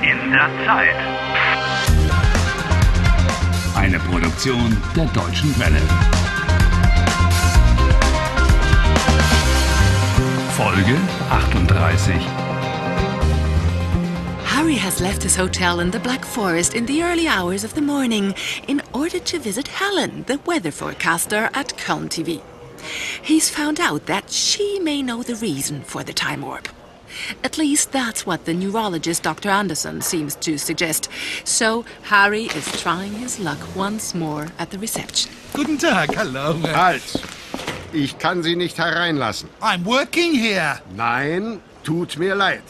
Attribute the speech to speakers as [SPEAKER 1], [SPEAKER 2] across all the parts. [SPEAKER 1] jederzeit.
[SPEAKER 2] Eine Produktion der Deutschen Welle. Folge 38.
[SPEAKER 3] Harry has left his hotel in the Black Forest in the early hours of the morning in order to visit Helen, the weather forecaster at Culm TV. He's found out that she may know the reason for the time warp. At least that's what the neurologist Dr. Anderson seems to suggest. So Harry is trying his luck once more at the reception.
[SPEAKER 4] Guten Tag, hello. Uh,
[SPEAKER 5] Halt! Ich kann Sie nicht hereinlassen.
[SPEAKER 4] I'm working here.
[SPEAKER 5] Nein, tut mir leid.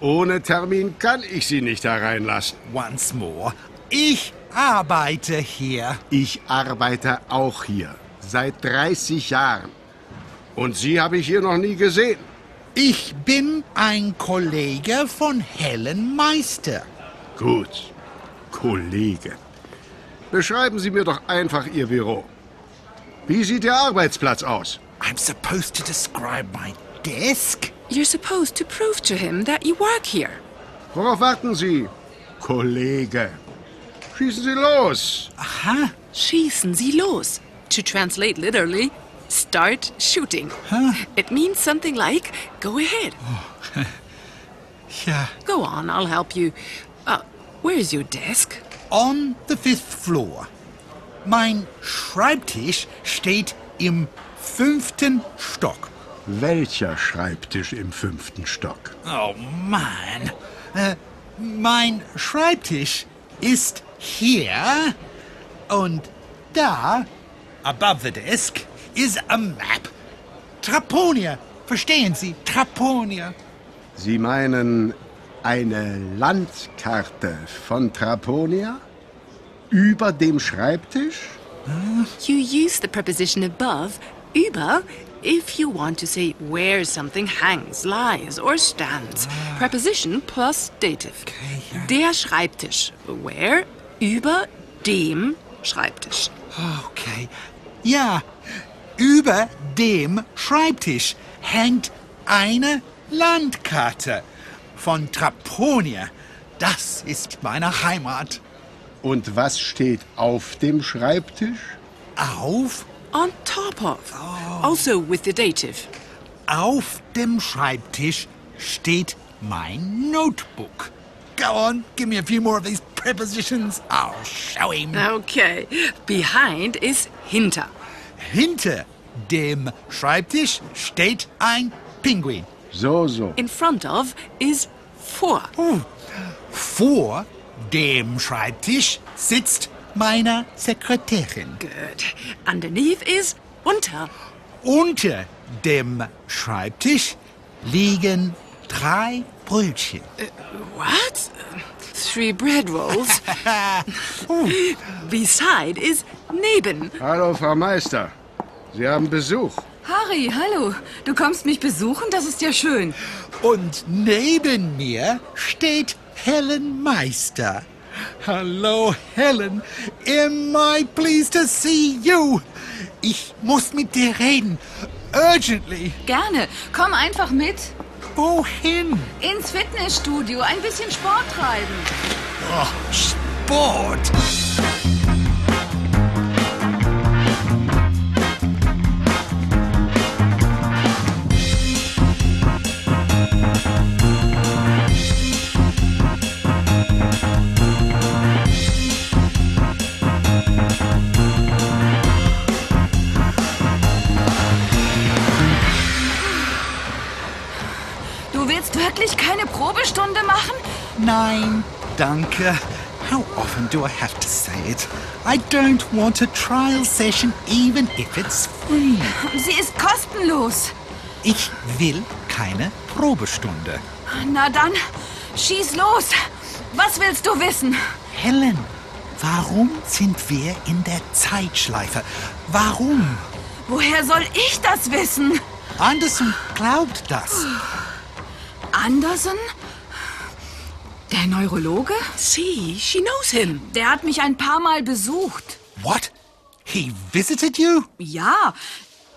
[SPEAKER 5] Ohne Termin kann ich Sie nicht hereinlassen.
[SPEAKER 4] Once more. Ich arbeite hier.
[SPEAKER 5] Ich arbeite auch hier. Seit 30 Jahren. Und Sie habe ich hier noch nie gesehen.
[SPEAKER 4] Ich bin ein Kollege von Helen Meister.
[SPEAKER 5] Gut. Kollege. Beschreiben Sie mir doch einfach Ihr Büro. Wie sieht Ihr Arbeitsplatz aus?
[SPEAKER 4] I'm supposed to describe my desk?
[SPEAKER 3] You're supposed to prove to him that you work here.
[SPEAKER 5] Worauf warten Sie? Kollege. Schießen Sie los.
[SPEAKER 4] Aha.
[SPEAKER 3] Schießen Sie los. To translate literally, start shooting. It means something like go ahead.
[SPEAKER 4] Yeah.
[SPEAKER 3] Go on, I'll help you. Uh, where's your desk?
[SPEAKER 4] On the fifth floor. Mein Schreibtisch steht im fünften Stock.
[SPEAKER 5] Welcher Schreibtisch im fünften Stock?
[SPEAKER 4] Oh Mann. Äh, mein Schreibtisch ist hier und da, above the desk, is a map. Traponia. Verstehen Sie? Traponia.
[SPEAKER 5] Sie meinen eine Landkarte von Traponia? Über dem Schreibtisch?
[SPEAKER 3] You use the preposition above, über, if you want to say where something hangs, lies, or stands. Preposition plus dative. Der Schreibtisch. Where? Über dem Schreibtisch.
[SPEAKER 4] Okay. Ja, über dem Schreibtisch hängt eine Landkarte von Traponia. Das ist meine Heimat.
[SPEAKER 5] Und was steht auf dem Schreibtisch?
[SPEAKER 4] Auf,
[SPEAKER 3] On top of. Also with the dative.
[SPEAKER 4] auf dem Schreibtisch steht mein Notebook. Go on, give me a few more of these prepositions. I'll show him.
[SPEAKER 3] Okay. Behind is hinter.
[SPEAKER 4] Hinter dem Schreibtisch steht ein Pinguin.
[SPEAKER 5] So, so.
[SPEAKER 3] In front of is vor.
[SPEAKER 4] Vor dem Schreibtisch sitzt meine Sekretärin.
[SPEAKER 3] Good. Underneath is unter.
[SPEAKER 4] Unter dem Schreibtisch liegen drei Brötchen.
[SPEAKER 3] What? Three bread rolls. Beside is neben.
[SPEAKER 5] Hallo, Frau Meister. Sie haben Besuch.
[SPEAKER 6] Harry, hallo. Du kommst mich besuchen, das ist ja schön.
[SPEAKER 4] Und neben mir steht Helen Meister. Hallo Helen, am I pleased to see you? Ich muss mit dir reden. Urgently.
[SPEAKER 6] Gerne. Komm einfach mit.
[SPEAKER 4] Wohin?
[SPEAKER 6] Ins Fitnessstudio. Ein bisschen Sport treiben.
[SPEAKER 4] Sport.
[SPEAKER 6] Du willst wirklich keine Probestunde machen?
[SPEAKER 4] Nein, danke. How often do I have to say it? I don't want a trial session, even if it's free.
[SPEAKER 6] Sie ist kostenlos.
[SPEAKER 4] Ich will keine Probestunde.
[SPEAKER 6] Na dann, schieß los. Was willst du wissen?
[SPEAKER 4] Helen, warum sind wir in der Zeitschleife? Warum?
[SPEAKER 6] Woher soll ich das wissen?
[SPEAKER 4] Anderson glaubt das.
[SPEAKER 6] Andersen? Der Neurologe?
[SPEAKER 3] See, she knows him.
[SPEAKER 6] Der hat mich ein paar Mal besucht.
[SPEAKER 4] What? He visited you?
[SPEAKER 6] Ja,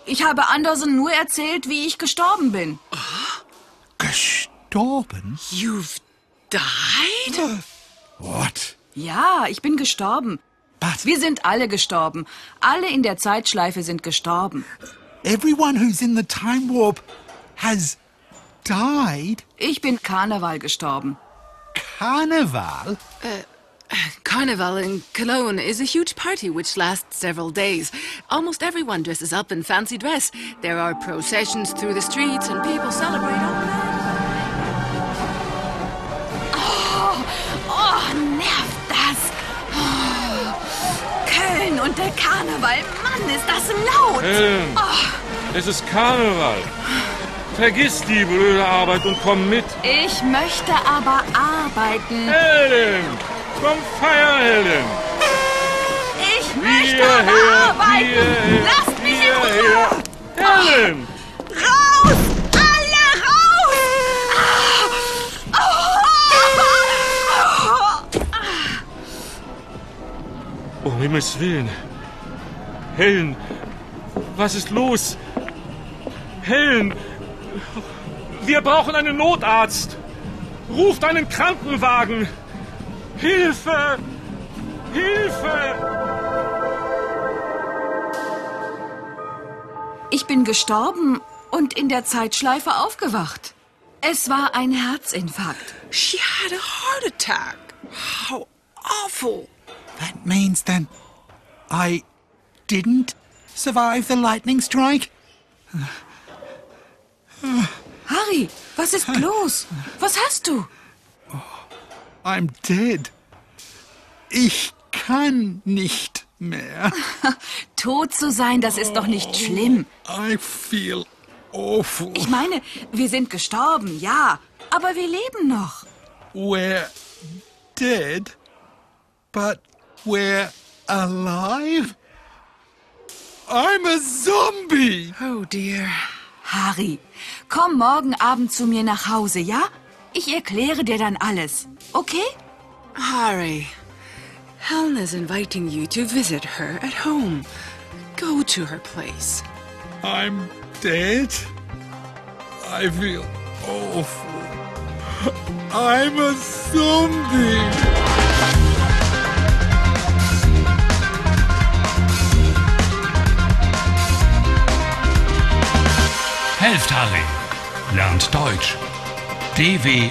[SPEAKER 6] ich habe Andersen nur erzählt, wie ich gestorben bin.
[SPEAKER 4] Gestorben?
[SPEAKER 3] You've
[SPEAKER 7] died?
[SPEAKER 4] What?
[SPEAKER 3] Ja, ich bin gestorben.
[SPEAKER 4] But
[SPEAKER 3] Wir sind alle gestorben. Alle in der Zeitschleife sind gestorben.
[SPEAKER 4] everyone who's in the time warp has died.
[SPEAKER 3] Ich bin Karneval gestorben.
[SPEAKER 4] Carnival?
[SPEAKER 7] Carnival in Cologne is a huge party which lasts several days. Almost everyone dresses up in fancy dress. There are processions through the streets and people celebrate all night.
[SPEAKER 3] Oh, nervt das. Oh. Köln und der Karneval. Mann, ist das laut.
[SPEAKER 1] Ellen, es ist Karneval. Vergiss die blöde Arbeit und komm mit.
[SPEAKER 3] Ich möchte aber arbeiten.
[SPEAKER 1] Ellen, komm feiern, Ellen.
[SPEAKER 3] Ich möchte aber
[SPEAKER 1] Hierher,
[SPEAKER 3] arbeiten.
[SPEAKER 1] hierher,
[SPEAKER 3] Lasst mich in
[SPEAKER 1] hierher.
[SPEAKER 3] Ruhe.
[SPEAKER 1] Ellen,
[SPEAKER 3] Raus! Alle raus! Ah! Oh!
[SPEAKER 1] um Himmels Willen. Helen, was ist los? Helen, wir brauchen einen Notarzt. Ruft einen Krankenwagen. Hilfe! Hilfe!
[SPEAKER 3] Ich bin gestorben und in der Zeitschleife aufgewacht. Es war ein Herzinfarkt.
[SPEAKER 7] She had a heart attack. How awful.
[SPEAKER 4] That means then I didn't survive the lightning strike?
[SPEAKER 3] Harry, was ist los? Was hast du?
[SPEAKER 4] I'm dead. Ich kann nicht mehr.
[SPEAKER 3] Tot zu sein, das ist doch nicht schlimm.
[SPEAKER 4] I feel awful.
[SPEAKER 3] Ich meine, wir sind gestorben, ja, aber wir leben noch.
[SPEAKER 4] We're dead, but we're alive? I'm a zombie!
[SPEAKER 7] Oh dear.
[SPEAKER 3] Harry, komm morgen Abend zu mir nach Hause, ja? Ich erkläre dir dann alles, okay?
[SPEAKER 7] Harry, Helena's inviting you to visit her at home. Go to her place.
[SPEAKER 4] I'm dead? I feel awful. I'm a zombie!
[SPEAKER 2] Helft Harry. Lernt Deutsch. dw.com/harry.